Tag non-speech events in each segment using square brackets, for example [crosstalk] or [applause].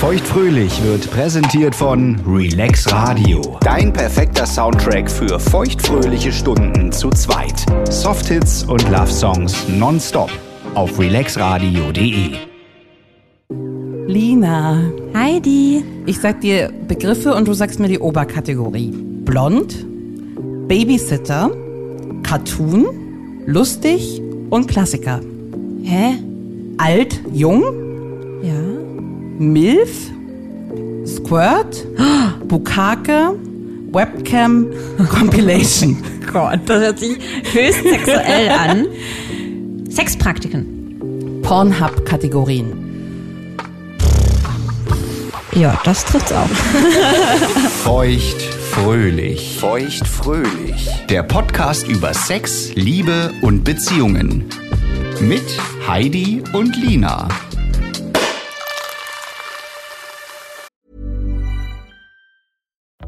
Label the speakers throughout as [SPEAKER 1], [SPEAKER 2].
[SPEAKER 1] Feuchtfröhlich wird präsentiert von Relax Radio. Dein perfekter Soundtrack für feuchtfröhliche Stunden zu zweit. Softhits und Love Songs nonstop auf relaxradio.de.
[SPEAKER 2] Lina,
[SPEAKER 3] Heidi.
[SPEAKER 2] ich sag dir Begriffe und du sagst mir die Oberkategorie. Blond, Babysitter, Cartoon, lustig und Klassiker.
[SPEAKER 3] Hä?
[SPEAKER 2] Alt, jung,
[SPEAKER 3] Ja.
[SPEAKER 2] Milf,
[SPEAKER 3] [gasps]
[SPEAKER 2] Squirt, Bukake, Webcam, Compilation.
[SPEAKER 3] [laughs] Gott, das hört sich höchst sexuell an. Sexpraktiken.
[SPEAKER 2] Pornhub-Kategorien.
[SPEAKER 3] Ja, das trifft's auch.
[SPEAKER 1] Feuchtfröhlich. Feuchtfröhlich. Der Podcast über Sex, Liebe und Beziehungen. Mit Heidi und Lina.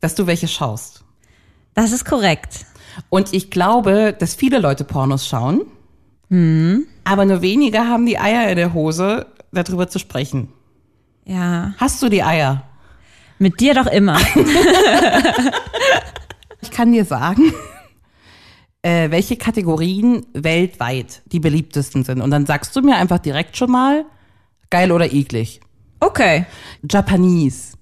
[SPEAKER 2] dass du welche schaust.
[SPEAKER 3] Das ist korrekt.
[SPEAKER 2] Und ich glaube, dass viele Leute Pornos schauen, aber nur wenige haben die Eier in der Hose, darüber zu sprechen.
[SPEAKER 3] Ja.
[SPEAKER 2] Hast du die Eier?
[SPEAKER 3] Mit dir doch
[SPEAKER 2] [laughs]
[SPEAKER 3] immer.
[SPEAKER 2] Ich kann dir sagen, [laughs] äh, welche Kategorien weltweit die beliebtesten sind. Und dann sagst du mir einfach direkt schon mal, geil oder eklig.
[SPEAKER 3] Okay.
[SPEAKER 2] Japanese.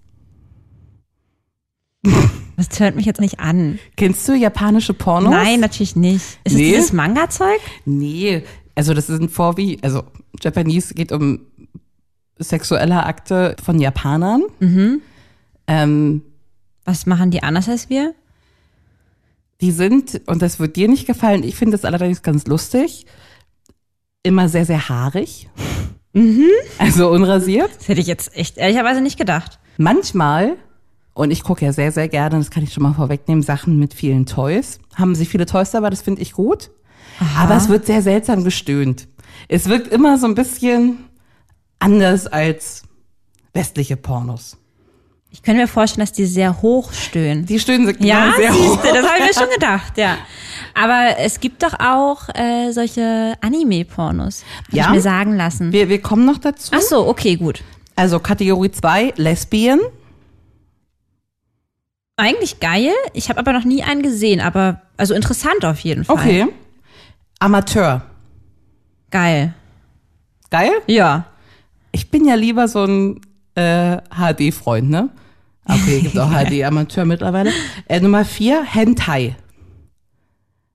[SPEAKER 3] Das tönt mich jetzt nicht an.
[SPEAKER 2] Kennst du japanische Pornos?
[SPEAKER 3] Nein, natürlich nicht. Ist
[SPEAKER 2] Nee.
[SPEAKER 3] es dieses Manga-Zeug?
[SPEAKER 2] Nee, also das sind vorwiegend, also Japanese geht um sexuelle Akte von Japanern. Ähm,
[SPEAKER 3] Was machen die anders als wir?
[SPEAKER 2] Die sind, und das wird dir nicht gefallen, ich finde das allerdings ganz lustig, immer sehr, sehr haarig. Also unrasiert.
[SPEAKER 3] Das hätte ich jetzt echt ehrlicherweise nicht gedacht.
[SPEAKER 2] Manchmal, und ich gucke ja sehr, sehr gerne, das kann ich schon mal vorwegnehmen, Sachen mit vielen Toys. Haben sie viele Toys dabei, das finde ich gut. Aber es wird sehr seltsam gestöhnt. Es wirkt immer so ein bisschen anders als westliche Pornos.
[SPEAKER 3] Ich könnte mir vorstellen, dass die sehr hoch stöhnen.
[SPEAKER 2] Die stöhnen sich
[SPEAKER 3] Ja,
[SPEAKER 2] genau sehr hoch.
[SPEAKER 3] siehste, das habe ich mir schon gedacht, ja. Aber es gibt doch auch äh, solche Anime-Pornos, habe
[SPEAKER 2] Ja.
[SPEAKER 3] ich mir sagen lassen.
[SPEAKER 2] Wir, wir kommen noch dazu.
[SPEAKER 3] Ach so, okay, gut.
[SPEAKER 2] Also Kategorie 2, Lesbien.
[SPEAKER 3] Eigentlich geil. Ich habe aber noch nie einen gesehen, aber also interessant auf jeden Fall.
[SPEAKER 2] Okay. Amateur.
[SPEAKER 3] Geil.
[SPEAKER 2] Geil?
[SPEAKER 3] Ja.
[SPEAKER 2] Ich bin ja lieber so ein äh, HD-Freund, ne? Okay, gibt
[SPEAKER 3] [laughs]
[SPEAKER 2] auch HD-Amateur mittlerweile. Äh, Nummer vier, Hentai.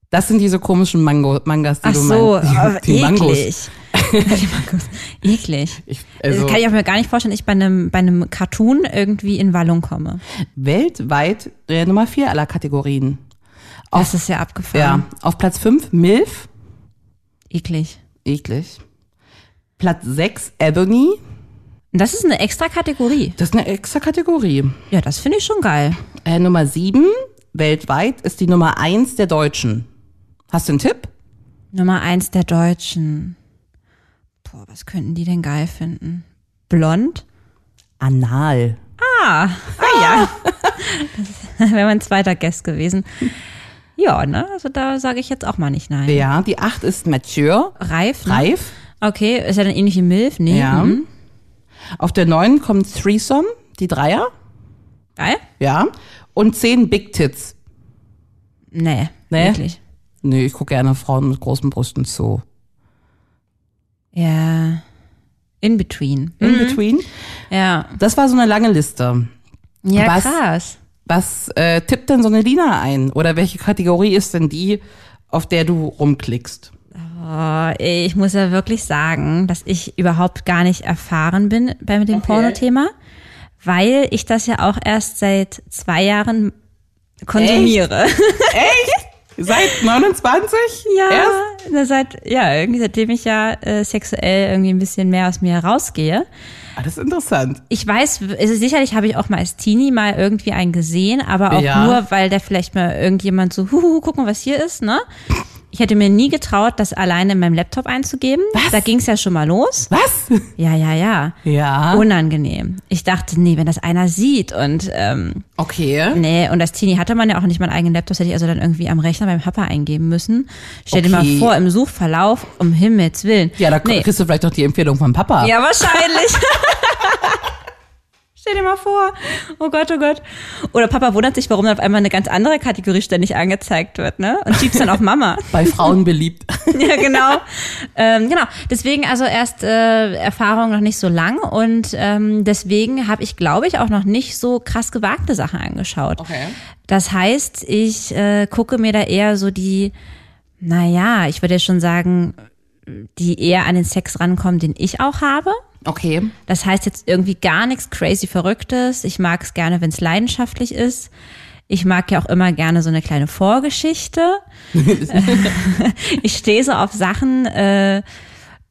[SPEAKER 2] Das sind diese komischen Mango Mangas, die
[SPEAKER 3] Ach
[SPEAKER 2] du
[SPEAKER 3] so, aber
[SPEAKER 2] meinst. [laughs] Die, die Mangos.
[SPEAKER 3] eklig. [laughs] Die Mangos. Eklig.
[SPEAKER 2] Ich,
[SPEAKER 3] Also,
[SPEAKER 2] also
[SPEAKER 3] kann ich auch mir gar nicht vorstellen, dass ich bei einem, bei einem Cartoon irgendwie in Wallung komme.
[SPEAKER 2] weltweit äh, Nummer vier aller Kategorien.
[SPEAKER 3] Das
[SPEAKER 2] Auf,
[SPEAKER 3] ist ja
[SPEAKER 2] ja,
[SPEAKER 3] abgefahren.
[SPEAKER 2] auf Platz fünf, MILF.
[SPEAKER 3] Eklig.
[SPEAKER 2] Eklig. Platz 6 Ebony.
[SPEAKER 3] Das ist eine extra Kategorie.
[SPEAKER 2] Das ist eine extra Kategorie.
[SPEAKER 3] Ja, das finde ich schon geil.
[SPEAKER 2] Äh, Nummer 7 weltweit ist die Nummer 1 der Deutschen. Hast du einen Tipp?
[SPEAKER 3] Nummer eins der Deutschen. Boah, was könnten die denn geil finden? Blond? [laughs]
[SPEAKER 2] Anal.
[SPEAKER 3] Ah, ah ja. Das wäre mein zweiter Guest gewesen. Ja, ne? Also da sage ich jetzt auch mal nicht nein.
[SPEAKER 2] Ja, die 8 ist mature.
[SPEAKER 3] Reif? Ne?
[SPEAKER 2] Reif.
[SPEAKER 3] Okay, ist ja dann ähnlich wie Milf? Nee.
[SPEAKER 2] Ja.
[SPEAKER 3] mhm.
[SPEAKER 2] Auf der 9 kommt Threesome, die Dreier.
[SPEAKER 3] Geil?
[SPEAKER 2] Ja. Und 10 Big Tits.
[SPEAKER 3] Nee,
[SPEAKER 2] Nee?
[SPEAKER 3] wirklich.
[SPEAKER 2] Nee, ich gucke gerne Frauen mit großen Brüsten zu.
[SPEAKER 3] Ja. In between.
[SPEAKER 2] In between.
[SPEAKER 3] Ja.
[SPEAKER 2] Das war so eine lange Liste.
[SPEAKER 3] Ja,
[SPEAKER 2] Was-
[SPEAKER 3] krass.
[SPEAKER 2] Was äh, tippt denn so eine Lina ein? Oder welche Kategorie ist denn die, auf der du rumklickst?
[SPEAKER 3] Oh, ich muss ja wirklich sagen, dass ich überhaupt gar nicht erfahren bin bei dem Pornothema, weil ich das ja auch erst seit zwei Jahren konsumiere. [laughs]
[SPEAKER 2] Seit 29?
[SPEAKER 3] Ja,
[SPEAKER 2] Erst?
[SPEAKER 3] na, seit, ja, irgendwie seitdem ich ja äh, sexuell irgendwie ein bisschen mehr aus mir herausgehe.
[SPEAKER 2] Ah, das ist interessant.
[SPEAKER 3] Ich weiß, also sicherlich habe ich auch mal als Teenie mal irgendwie einen gesehen, aber auch
[SPEAKER 2] Ja.
[SPEAKER 3] nur, weil da vielleicht mal irgendjemand so, huhu, guck mal, was hier ist, ne? Ich hätte mir nie getraut, das alleine in meinem Laptop einzugeben. Was? Da ging es ja schon mal los.
[SPEAKER 2] Was?
[SPEAKER 3] Ja, ja, ja.
[SPEAKER 2] Ja.
[SPEAKER 3] Unangenehm. Ich dachte, nee, wenn das einer sieht und ähm,
[SPEAKER 2] Okay.
[SPEAKER 3] nee, und als Teenie hatte man ja auch nicht mal einen eigenen Laptop, das hätte ich also dann irgendwie am Rechner beim Papa eingeben müssen. Stell dir mal
[SPEAKER 2] Okay.
[SPEAKER 3] vor, im Suchverlauf, um Himmels Willen.
[SPEAKER 2] Ja, da
[SPEAKER 3] nee.
[SPEAKER 2] kriegst du vielleicht auch die Empfehlung von Papa.
[SPEAKER 3] Ja, wahrscheinlich. [laughs] Stell dir mal vor. Oh Gott, oh Gott. Oder Papa wundert sich, warum dann auf einmal eine ganz andere Kategorie ständig angezeigt wird, ne? Und schiebt dann auf [laughs] Mama.
[SPEAKER 2] Bei Frauen
[SPEAKER 3] [laughs]
[SPEAKER 2] beliebt.
[SPEAKER 3] ja, genau. ähm, genau. Deswegen also erst äh, Erfahrung noch nicht so lang und ähm, deswegen habe ich, glaube ich, auch noch nicht so krass gewagte Sachen angeschaut.
[SPEAKER 2] Okay.
[SPEAKER 3] Das heißt, ich äh, gucke mir da eher so die, naja, ich würde schon sagen, die eher an den Sex rankommen, den ich auch habe.
[SPEAKER 2] Okay.
[SPEAKER 3] Das heißt jetzt irgendwie gar nichts crazy Verrücktes. Ich mag es gerne, wenn es leidenschaftlich ist. Ich mag ja auch immer gerne so eine kleine Vorgeschichte. [laughs] ich stehe so auf Sachen, äh,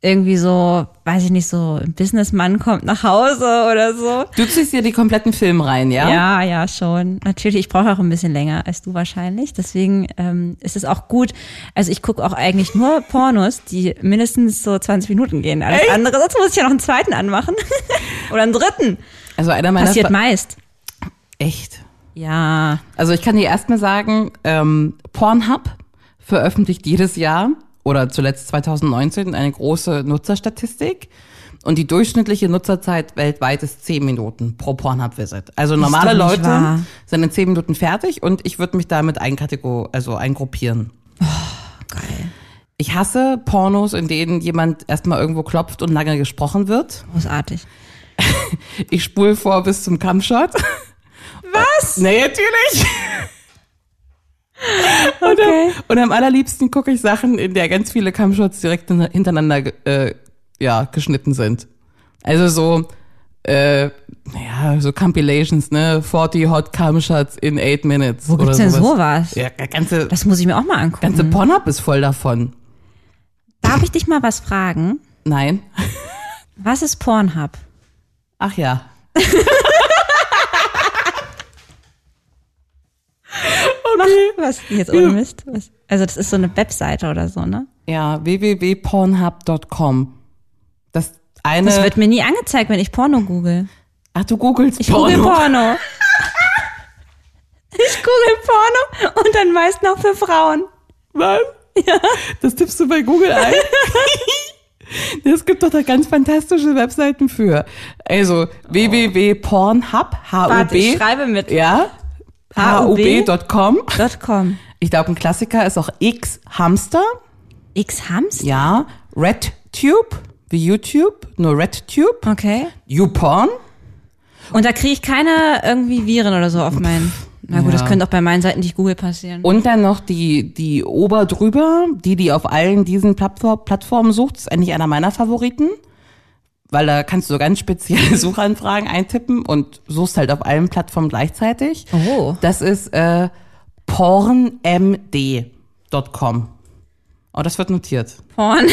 [SPEAKER 3] irgendwie so, weiß ich nicht, so ein Businessmann kommt nach Hause oder so.
[SPEAKER 2] Du ziehst dir die kompletten Film rein, ja?
[SPEAKER 3] Ja, ja, schon. Natürlich, ich brauche auch ein bisschen länger als du wahrscheinlich. Deswegen ähm, ist es auch gut. Also ich gucke auch eigentlich nur Pornos, die mindestens so 20 Minuten gehen. Alles andere, sonst muss ich ja noch einen zweiten anmachen. [laughs] Oder einen dritten.
[SPEAKER 2] Also einer meiner
[SPEAKER 3] Passiert
[SPEAKER 2] Fa-
[SPEAKER 3] meist.
[SPEAKER 2] Echt.
[SPEAKER 3] Ja.
[SPEAKER 2] Also ich kann dir erstmal sagen, ähm, Pornhub veröffentlicht jedes Jahr oder zuletzt 2019 eine große Nutzerstatistik. Und die durchschnittliche Nutzerzeit weltweit ist 10 Minuten pro Pornhub-Visit. Also normale
[SPEAKER 3] doch nicht
[SPEAKER 2] Leute
[SPEAKER 3] wahr.
[SPEAKER 2] sind in 10 Minuten fertig und ich würde mich damit einkategor also eingruppieren.
[SPEAKER 3] Geil.
[SPEAKER 2] Ich hasse Pornos, in denen jemand erstmal irgendwo klopft und lange gesprochen wird.
[SPEAKER 3] Großartig.
[SPEAKER 2] Ich spule vor bis zum Kampfshot. Was? Nee, natürlich.
[SPEAKER 3] Okay.
[SPEAKER 2] Und am allerliebsten gucke ich Sachen, in der ganz viele Kampfshots direkt hin- hintereinander ge- äh, ja, geschnitten sind. Also so, äh, naja, so Compilations, ne? 40 Hot Camshots in 8 Minutes. Wo
[SPEAKER 3] gibt's
[SPEAKER 2] oder
[SPEAKER 3] denn
[SPEAKER 2] sowas?
[SPEAKER 3] sowas?
[SPEAKER 2] Ja, der ganze,
[SPEAKER 3] Das Mhm. muss ich mir auch mal angucken.
[SPEAKER 2] ganze Pornhub ist voll davon.
[SPEAKER 3] Darf ich dich mal was fragen?
[SPEAKER 2] Nein.
[SPEAKER 3] Was ist Pornhub?
[SPEAKER 2] Ach ja.
[SPEAKER 3] Mach, was jetzt ohne Mist. Was, also das ist so eine Webseite oder so, ne?
[SPEAKER 2] Ja, www.pornhub.com. Das eine.
[SPEAKER 3] Das wird mir nie angezeigt, wenn ich Porno google.
[SPEAKER 2] ach, du googelst
[SPEAKER 3] Ich google Porno.
[SPEAKER 2] [laughs]
[SPEAKER 3] Ich google Porno und dann meist noch für Frauen.
[SPEAKER 2] Nein. Das tippst du bei Google
[SPEAKER 3] [laughs]
[SPEAKER 2] ein. Es gibt doch da ganz fantastische Webseiten für. Also www.pornhub,
[SPEAKER 3] Warte, ich
[SPEAKER 2] H-U-B,
[SPEAKER 3] schreibe mit.
[SPEAKER 2] ja,
[SPEAKER 3] HUB.
[SPEAKER 2] hub.com.
[SPEAKER 3] .com.
[SPEAKER 2] Ich glaube, ein Klassiker ist auch X-Hamster,
[SPEAKER 3] X Hams?
[SPEAKER 2] ja, RedTube, wie YouTube, nur RedTube,
[SPEAKER 3] Okay.
[SPEAKER 2] YouPorn,
[SPEAKER 3] Und da kriege ich keine irgendwie Viren oder so auf meinen. Na gut, das könnte auch bei meinen Seiten, die ich google, passieren.
[SPEAKER 2] Und dann noch die, die Oberdrüber, die, die auf allen diesen Plattform, Plattformen sucht, ist eigentlich einer meiner Favoriten. Weil da kannst du ganz spezielle [laughs] Suchanfragen eintippen und suchst halt auf allen Plattformen gleichzeitig.
[SPEAKER 3] Oh.
[SPEAKER 2] Das ist äh, pornmd.com. Oh, das wird notiert.
[SPEAKER 3] Porn. [laughs]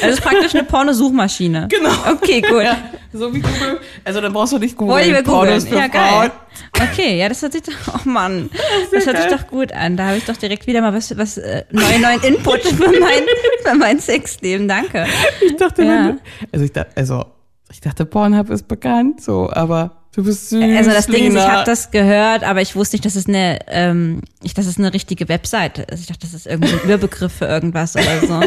[SPEAKER 3] Es ist praktisch eine Pornosuchmaschine.
[SPEAKER 2] Genau.
[SPEAKER 3] Okay, gut.
[SPEAKER 2] So wie Google. Also dann brauchst du nicht Google.
[SPEAKER 3] Wollte ich über
[SPEAKER 2] Pornos
[SPEAKER 3] googeln.
[SPEAKER 2] für
[SPEAKER 3] Ja,
[SPEAKER 2] Frauen.
[SPEAKER 3] geil. Okay, ja, das hört sich doch, oh Mann, das hört sich doch gut an. Da habe ich doch direkt wieder mal was, was äh, neuen, neuen Input für mein, für mein Sexleben. Danke.
[SPEAKER 2] Ich dachte,
[SPEAKER 3] Ja.
[SPEAKER 2] dann- also ich dachte, also ich dachte, Pornhub ist bekannt, so, aber du bist süß.
[SPEAKER 3] Also das Ding ist, ich
[SPEAKER 2] Lena.
[SPEAKER 3] habe das gehört, aber ich wusste nicht, dass es eine, ähm, ich, dass es eine richtige Webseite ist. Ich dachte, das ist irgendwie ein [laughs] Überbegriff für irgendwas oder so.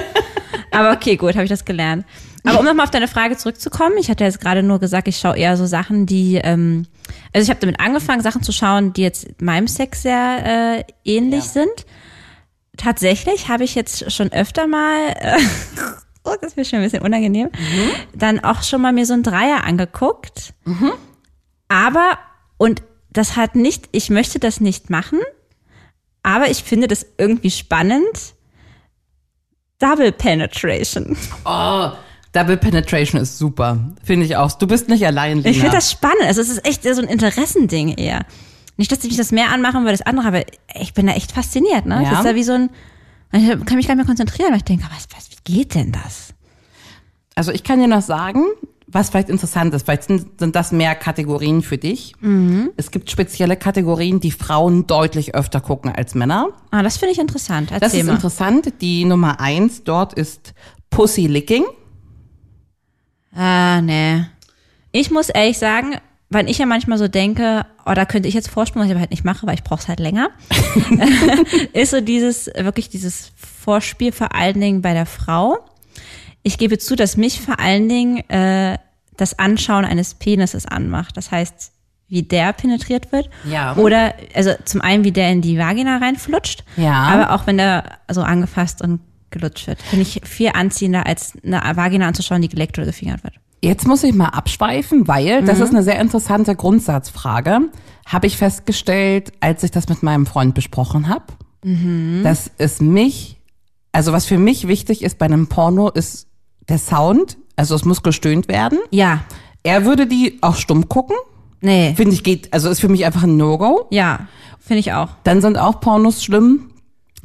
[SPEAKER 3] Aber okay, gut, habe ich das gelernt. Aber um nochmal auf deine Frage zurückzukommen, ich hatte jetzt gerade nur gesagt, ich schaue eher so Sachen, die, ähm, also ich habe damit angefangen, Sachen zu schauen, die jetzt meinem Sex sehr äh, ähnlich sind. Tatsächlich habe ich jetzt schon öfter mal, äh, [laughs] oh, das ist mir schon ein bisschen unangenehm, dann auch schon mal mir so ein Dreier angeguckt. Aber, und das hat nicht, ich möchte das nicht machen, aber ich finde das irgendwie spannend. Double Penetration.
[SPEAKER 2] Double Penetration ist super. Finde ich auch. Du bist nicht allein, Lena.
[SPEAKER 3] Ich finde das spannend. Also es ist echt so ein Interessending eher. Nicht, dass ich mich das mehr anmachen würde, das andere, aber ich bin da echt fasziniert, ne?
[SPEAKER 2] Ja.
[SPEAKER 3] Das ist da wie so ein, ich kann mich gar nicht mehr konzentrieren, weil ich denke, was, was, wie geht denn das?
[SPEAKER 2] Also ich kann dir noch sagen, was vielleicht interessant ist. Vielleicht sind, sind das mehr Kategorien für dich.
[SPEAKER 3] Mhm.
[SPEAKER 2] Es gibt spezielle Kategorien, die Frauen deutlich öfter gucken als Männer.
[SPEAKER 3] Ah, das finde ich interessant. Erzähl
[SPEAKER 2] Das ist
[SPEAKER 3] mal.
[SPEAKER 2] interessant. Die Nummer eins dort ist Pussy Licking.
[SPEAKER 3] Ah, nee. Ich muss ehrlich sagen, wenn ich ja manchmal so denke, oh, da könnte ich jetzt vorspulen, was ich aber halt nicht mache, weil ich brauche es halt länger, [laughs] ist so dieses, wirklich dieses Vorspiel vor allen Dingen bei der Frau. Ich gebe zu, dass mich vor allen Dingen äh, das Anschauen eines Penises anmacht. Das heißt, wie der penetriert wird.
[SPEAKER 2] Ja.
[SPEAKER 3] Oder, also zum einen, wie der in die Vagina reinflutscht.
[SPEAKER 2] Ja.
[SPEAKER 3] Aber auch wenn der so angefasst und gelutscht wird. Finde ich viel anziehender, als eine Vagina anzuschauen, die geleckt oder gefingert wird.
[SPEAKER 2] Jetzt muss ich mal abschweifen, weil das ist eine sehr interessante Grundsatzfrage. Habe ich festgestellt, als ich das mit meinem Freund besprochen habe, dass es mich, also was für mich wichtig ist bei einem Porno, ist der Sound. Also es muss gestöhnt werden.
[SPEAKER 3] Ja.
[SPEAKER 2] Er würde die auch stumm gucken.
[SPEAKER 3] Nee.
[SPEAKER 2] Finde ich geht, also ist für mich einfach ein No-Go.
[SPEAKER 3] Ja, finde ich auch.
[SPEAKER 2] Dann sind auch Pornos schlimm,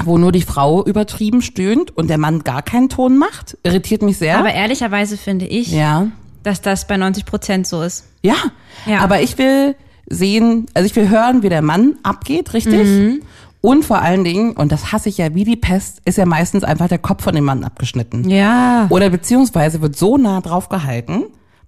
[SPEAKER 2] wo nur die Frau übertrieben stöhnt und der Mann gar keinen Ton macht. Irritiert mich sehr.
[SPEAKER 3] Aber ehrlicherweise finde ich,
[SPEAKER 2] Oh. ja.
[SPEAKER 3] dass das bei 90 Prozent so ist.
[SPEAKER 2] Ja,
[SPEAKER 3] Ja.
[SPEAKER 2] aber ich will sehen, also ich will hören, wie der Mann abgeht, richtig?
[SPEAKER 3] Mhm.
[SPEAKER 2] Und vor allen Dingen, und das hasse ich ja wie die Pest, ist ja meistens einfach der Kopf von dem Mann abgeschnitten.
[SPEAKER 3] Ja.
[SPEAKER 2] Oder beziehungsweise wird so nah drauf gehalten,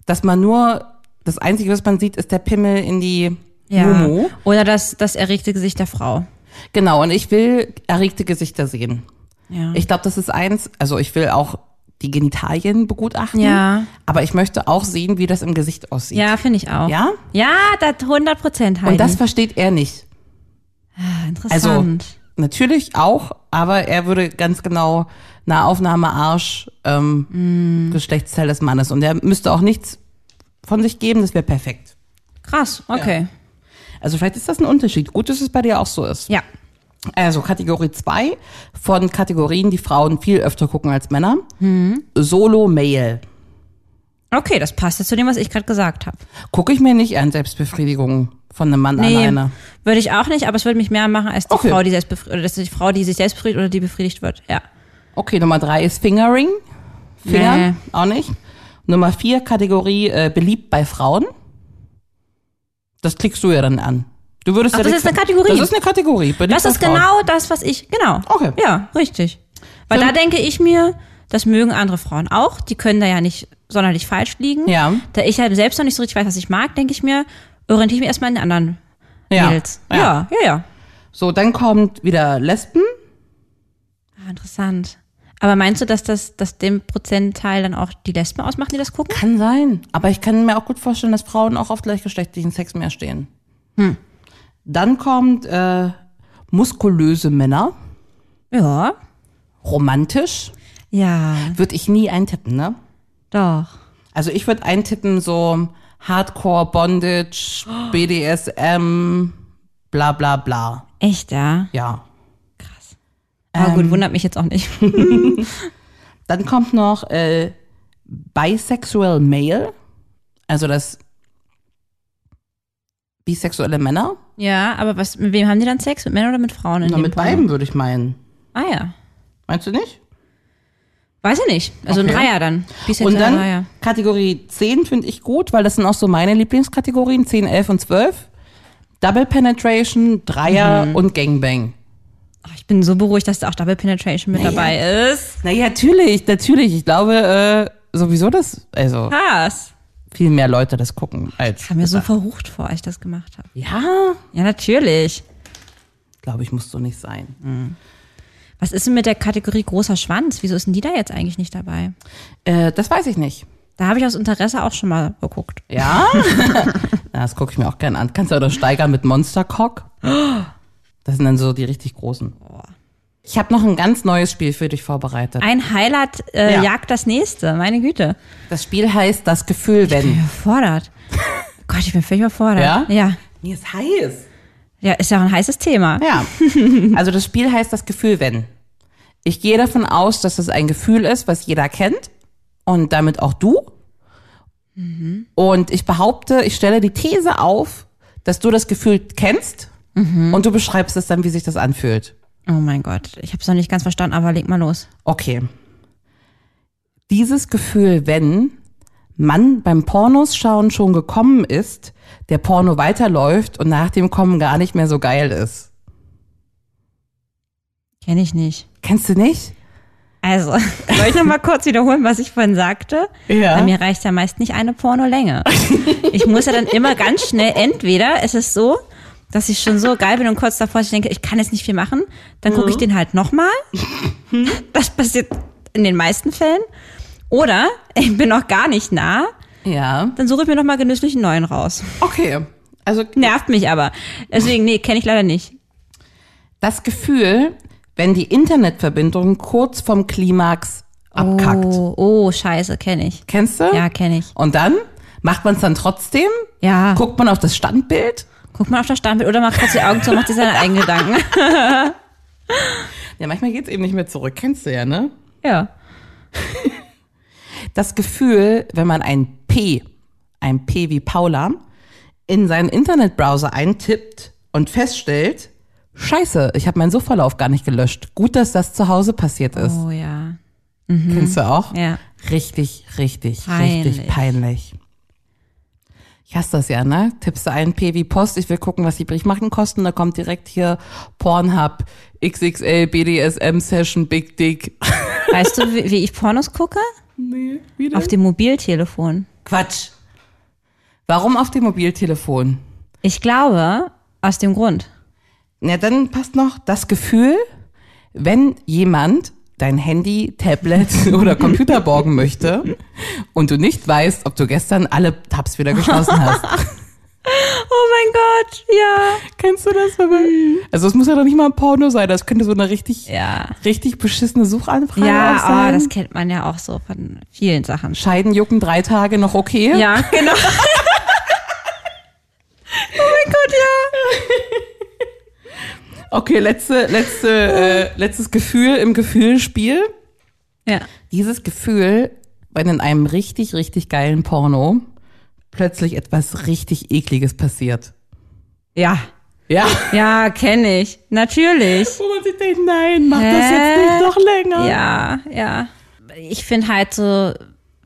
[SPEAKER 2] dass man nur, das Einzige, was man sieht, ist der Pimmel in die
[SPEAKER 3] Ja.
[SPEAKER 2] Mumu.
[SPEAKER 3] Oder das, das erregte Gesicht der Frau.
[SPEAKER 2] Genau, und ich will erregte Gesichter sehen.
[SPEAKER 3] Ja.
[SPEAKER 2] Ich glaube, das ist eins, also ich will auch die Genitalien begutachten,
[SPEAKER 3] Ja.
[SPEAKER 2] aber ich möchte auch sehen, wie das im Gesicht aussieht.
[SPEAKER 3] ja, finde ich auch.
[SPEAKER 2] Ja?
[SPEAKER 3] Ja, das 100 Prozent Heidi.
[SPEAKER 2] Und das versteht er nicht. Also
[SPEAKER 3] Interessant.
[SPEAKER 2] natürlich auch, aber er würde ganz genau Nahaufnahme, Arsch, ähm, Geschlechtsteil des Mannes. Und er müsste auch nichts von sich geben, das wäre perfekt.
[SPEAKER 3] Krass, okay.
[SPEAKER 2] Also vielleicht ist das ein Unterschied. Gut, dass es bei dir auch so ist.
[SPEAKER 3] Ja.
[SPEAKER 2] Also Kategorie 2 von Kategorien, die Frauen viel öfter gucken als Männer. Solo-Mail.
[SPEAKER 3] Okay, das passt jetzt zu dem, was ich gerade gesagt habe.
[SPEAKER 2] Gucke ich mir nicht an, Selbstbefriedigung von einem Mann alleine.
[SPEAKER 3] würde ich auch nicht, aber es würde mich mehr machen als die
[SPEAKER 2] Okay.
[SPEAKER 3] Frau, die selbst befriedigt, oder das ist die Frau, die sich selbst befriedigt oder die befriedigt wird. Ja.
[SPEAKER 2] Okay, Nummer drei ist Fingering. Finger,
[SPEAKER 3] Nee.
[SPEAKER 2] auch nicht. Nummer vier Kategorie äh, beliebt bei Frauen. Das klickst du ja dann an. Du würdest
[SPEAKER 3] Ach,
[SPEAKER 2] ja
[SPEAKER 3] das
[SPEAKER 2] direkt-
[SPEAKER 3] ist eine Kategorie.
[SPEAKER 2] Das ist eine Kategorie. Beliebt
[SPEAKER 3] Das
[SPEAKER 2] bei
[SPEAKER 3] ist
[SPEAKER 2] Frauen.
[SPEAKER 3] genau das, was ich, genau.
[SPEAKER 2] Okay.
[SPEAKER 3] Ja, richtig. Weil
[SPEAKER 2] Für-
[SPEAKER 3] da denke ich mir, das mögen andere Frauen auch. Die können da ja nicht sonderlich falsch liegen.
[SPEAKER 2] Ja.
[SPEAKER 3] Da ich ja selbst noch nicht so richtig weiß, was ich mag, denke ich mir, orientiere ich mich erstmal an den anderen
[SPEAKER 2] Ja.
[SPEAKER 3] Mädels.
[SPEAKER 2] Ja.
[SPEAKER 3] ja, ja. ja.
[SPEAKER 2] So, dann kommt wieder Lesben.
[SPEAKER 3] Ah, interessant. Aber meinst du, dass das, dass dem Prozentteil dann auch die Lesben ausmachen, die das gucken?
[SPEAKER 2] Kann sein. Aber ich kann mir auch gut vorstellen, dass Frauen auch auf gleichgeschlechtlichen Sex mehr stehen.
[SPEAKER 3] Hm.
[SPEAKER 2] Dann kommt äh, muskulöse Männer.
[SPEAKER 3] Ja.
[SPEAKER 2] Romantisch.
[SPEAKER 3] Ja.
[SPEAKER 2] Würde ich nie eintippen, ne?
[SPEAKER 3] Doch.
[SPEAKER 2] Also ich würde eintippen so Hardcore, Bondage, BDSM, bla bla bla.
[SPEAKER 3] Echt, ja.
[SPEAKER 2] Ja.
[SPEAKER 3] Aber Ah,
[SPEAKER 2] Ähm.
[SPEAKER 3] gut, wundert mich jetzt auch nicht. [laughs]
[SPEAKER 2] Dann kommt noch äh, Bisexual Male, also das bisexuelle Männer.
[SPEAKER 3] ja, aber was, mit wem haben die dann Sex? Mit Männern oder mit Frauen? In
[SPEAKER 2] Na,
[SPEAKER 3] dem
[SPEAKER 2] mit
[SPEAKER 3] Porno?
[SPEAKER 2] beiden würde ich meinen.
[SPEAKER 3] Ah ja.
[SPEAKER 2] Meinst du nicht?
[SPEAKER 3] Weiß ich nicht. Also ein
[SPEAKER 2] Okay.
[SPEAKER 3] Dreier dann. Bis jetzt
[SPEAKER 2] Und
[SPEAKER 3] ein
[SPEAKER 2] dann
[SPEAKER 3] Dreier.
[SPEAKER 2] Kategorie 10 finde ich gut, weil das sind auch so meine Lieblingskategorien, 10, 11 und 12. Double Penetration, Dreier und Gangbang.
[SPEAKER 3] Ach, ich bin so beruhigt, dass da auch Double Penetration mit dabei ist.
[SPEAKER 2] Naja, natürlich, natürlich. Ich glaube äh, sowieso, dass also
[SPEAKER 3] Krass.
[SPEAKER 2] viel mehr Leute das gucken als.
[SPEAKER 3] Kam mir so verrucht vor, als ich das gemacht habe.
[SPEAKER 2] Ja,
[SPEAKER 3] Ja, natürlich.
[SPEAKER 2] glaube ich, muss so nicht sein.
[SPEAKER 3] Was ist denn mit der Kategorie großer Schwanz? Wieso ist denn die da jetzt eigentlich nicht dabei?
[SPEAKER 2] Äh, das weiß ich nicht.
[SPEAKER 3] Da habe ich aus Interesse auch schon mal geguckt.
[SPEAKER 2] Ja? [laughs] Na, das gucke ich mir auch gerne an. Kannst du auch noch steigern mit Monster Cock? Das sind dann so die richtig großen. Ich habe noch ein ganz neues Spiel für dich vorbereitet.
[SPEAKER 3] Ein Highlight äh,
[SPEAKER 2] Ja.
[SPEAKER 3] jagt das nächste, meine Güte.
[SPEAKER 2] Das Spiel heißt Das Gefühl, wenn. [laughs]
[SPEAKER 3] Überfordert. Gott, ich bin völlig überfordert.
[SPEAKER 2] Ja?
[SPEAKER 3] ja?
[SPEAKER 2] Mir ist heiß.
[SPEAKER 3] Ja, ist ja auch ein heißes Thema.
[SPEAKER 2] Ja. [laughs] Also das Spiel heißt Das Gefühl, wenn. Ich gehe davon aus, dass es ein Gefühl ist, was jeder kennt und damit auch du. Und ich behaupte, ich stelle die These auf, dass du das Gefühl kennst und du beschreibst es dann, wie sich das anfühlt.
[SPEAKER 3] Oh mein Gott, ich habe es noch nicht ganz verstanden, aber leg mal los.
[SPEAKER 2] Okay. Dieses Gefühl, wenn man beim Pornos schauen schon gekommen ist, der Porno weiterläuft und nach dem Kommen gar nicht mehr so geil ist.
[SPEAKER 3] Kenne ich nicht.
[SPEAKER 2] Kennst du nicht?
[SPEAKER 3] Also, [laughs] soll ich noch mal kurz wiederholen, was ich vorhin sagte?
[SPEAKER 2] Ja.
[SPEAKER 3] Bei mir reicht ja meist nicht eine Pornolänge. Ich muss ja dann immer ganz schnell, entweder es ist so, dass ich schon so geil bin und kurz davor, dass ich denke, ich kann jetzt nicht viel machen, dann gucke ich den halt nochmal. Das passiert in den meisten Fällen. Oder ich bin noch gar nicht nah,
[SPEAKER 2] Ja.
[SPEAKER 3] dann suche ich mir nochmal genüsslich einen neuen raus.
[SPEAKER 2] Okay. Also
[SPEAKER 3] Nervt mich aber. Deswegen, nee, kenne ich leider nicht.
[SPEAKER 2] das Gefühl, wenn die Internetverbindung kurz vom Klimax abkackt.
[SPEAKER 3] Oh, oh scheiße, kenne ich.
[SPEAKER 2] Kennst du?
[SPEAKER 3] Ja, kenne ich.
[SPEAKER 2] Und dann macht man es dann trotzdem?
[SPEAKER 3] Ja.
[SPEAKER 2] Guckt man auf das Standbild?
[SPEAKER 3] Guck mal auf das Standbild oder mach kurz die Augen zu und mach dir seine eigenen Gedanken.
[SPEAKER 2] Ja, manchmal geht's eben nicht mehr zurück. Kennst du ja, ne?
[SPEAKER 3] [laughs] Ja.
[SPEAKER 2] das Gefühl, wenn man ein P, ein P wie Paula, in seinen Internetbrowser eintippt und feststellt, Scheiße, ich habe meinen Suchverlauf gar nicht gelöscht. Gut, dass das zu Hause passiert ist.
[SPEAKER 3] Oh ja.
[SPEAKER 2] Kennst du auch?
[SPEAKER 3] Ja.
[SPEAKER 2] Richtig, richtig, richtig
[SPEAKER 3] Peinlich.
[SPEAKER 2] peinlich. Ich hasse das ja, ne? Tippst du ein P wie Post, ich will gucken, was die Briefmarken kosten, da kommt direkt hier Pornhub, XXL, BDSM Session, Big Dick.
[SPEAKER 3] Weißt du, wie, wie ich Pornos gucke?
[SPEAKER 2] Nee, wieder.
[SPEAKER 3] Auf dem Mobiltelefon.
[SPEAKER 2] Quatsch. Warum auf dem Mobiltelefon?
[SPEAKER 3] Ich glaube, aus dem Grund.
[SPEAKER 2] Na, dann passt noch das Gefühl, wenn jemand dein Handy, Tablet [laughs] oder Computer borgen möchte und du nicht weißt, ob du gestern alle Tabs wieder geschlossen hast.
[SPEAKER 3] Oh mein Gott, ja.
[SPEAKER 2] Kennst du das? Aber? Also es muss ja doch nicht mal ein Porno sein, das könnte so eine richtig,
[SPEAKER 3] Mhm. Ja.
[SPEAKER 2] richtig beschissene Suchanfrage auch
[SPEAKER 3] Ja,
[SPEAKER 2] sein.
[SPEAKER 3] oh, das kennt man ja auch so von vielen Sachen.
[SPEAKER 2] Scheiden jucken drei Tage noch okay?
[SPEAKER 3] Ja, [laughs] genau. oh mein Gott, ja.
[SPEAKER 2] Okay, letzte, letzte, äh, letztes Gefühl im Gefühlspiel.
[SPEAKER 3] Ja.
[SPEAKER 2] dieses Gefühl, wenn in einem richtig, richtig geilen Porno plötzlich etwas richtig Ekliges passiert.
[SPEAKER 3] Ja.
[SPEAKER 2] Ja.
[SPEAKER 3] Ja, kenne ich. Natürlich.
[SPEAKER 2] Wo man sich denkt, nein, mach das
[SPEAKER 3] Hä?
[SPEAKER 2] jetzt nicht noch länger.
[SPEAKER 3] Ja, ja. Ich finde halt so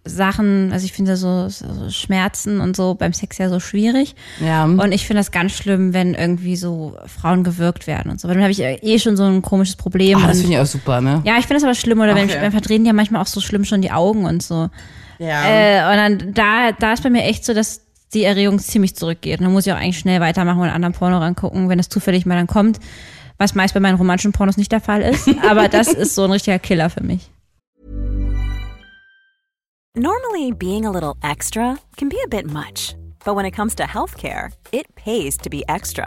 [SPEAKER 3] Sachen, also ich finde so, so Schmerzen und so beim Sex ja so schwierig.
[SPEAKER 2] Ja.
[SPEAKER 3] Und ich finde das ganz schlimm, wenn irgendwie so Frauen gewirkt werden und so. Weil dann habe ich eh schon so ein komisches Problem.
[SPEAKER 2] Ah, das
[SPEAKER 3] und
[SPEAKER 2] finde ich auch super, ne?
[SPEAKER 3] ja, ich finde das aber schlimm, oder wenn
[SPEAKER 2] Okay.
[SPEAKER 3] beim Verdrehen ja manchmal auch so schlimm schon die Augen und so.
[SPEAKER 2] Ja.
[SPEAKER 3] Äh, und dann da, da ist bei mir echt so, dass die Erregung ziemlich zurückgeht. Und dann muss ich auch eigentlich schnell weitermachen und einen anderen Porno rangucken, wenn das zufällig mal dann kommt. Was meist bei meinen romantischen Pornos nicht der Fall [laughs] ist. Aber das ist so ein richtiger Killer für mich.
[SPEAKER 4] Normally, being a little extra can be a bit much, but when it comes to healthcare, it pays to be extra.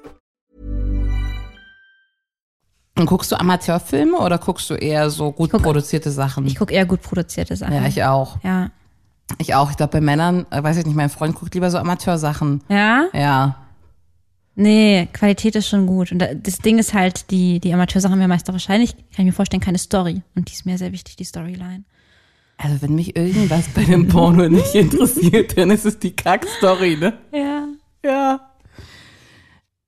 [SPEAKER 2] Und guckst du Amateurfilme oder guckst du eher so gut produzierte Sachen?
[SPEAKER 3] Ich gucke eher gut produzierte Sachen.
[SPEAKER 2] ja, ich auch.
[SPEAKER 3] Ja.
[SPEAKER 2] Ich auch. Ich glaube, bei Männern, äh, weiß ich nicht, mein Freund guckt lieber so Amateursachen.
[SPEAKER 3] Ja?
[SPEAKER 2] Ja.
[SPEAKER 3] Nee, Qualität ist schon gut. Und da- das Ding ist halt, die, die Amateursachen haben ja meist doch wahrscheinlich, kann ich mir vorstellen, keine Story. Und die ist mir sehr wichtig, die Storyline.
[SPEAKER 2] Also wenn mich irgendwas bei dem Porno nicht interessiert, dann ist es die Kackstory, ne?
[SPEAKER 3] Ja. [laughs]
[SPEAKER 2] Ja.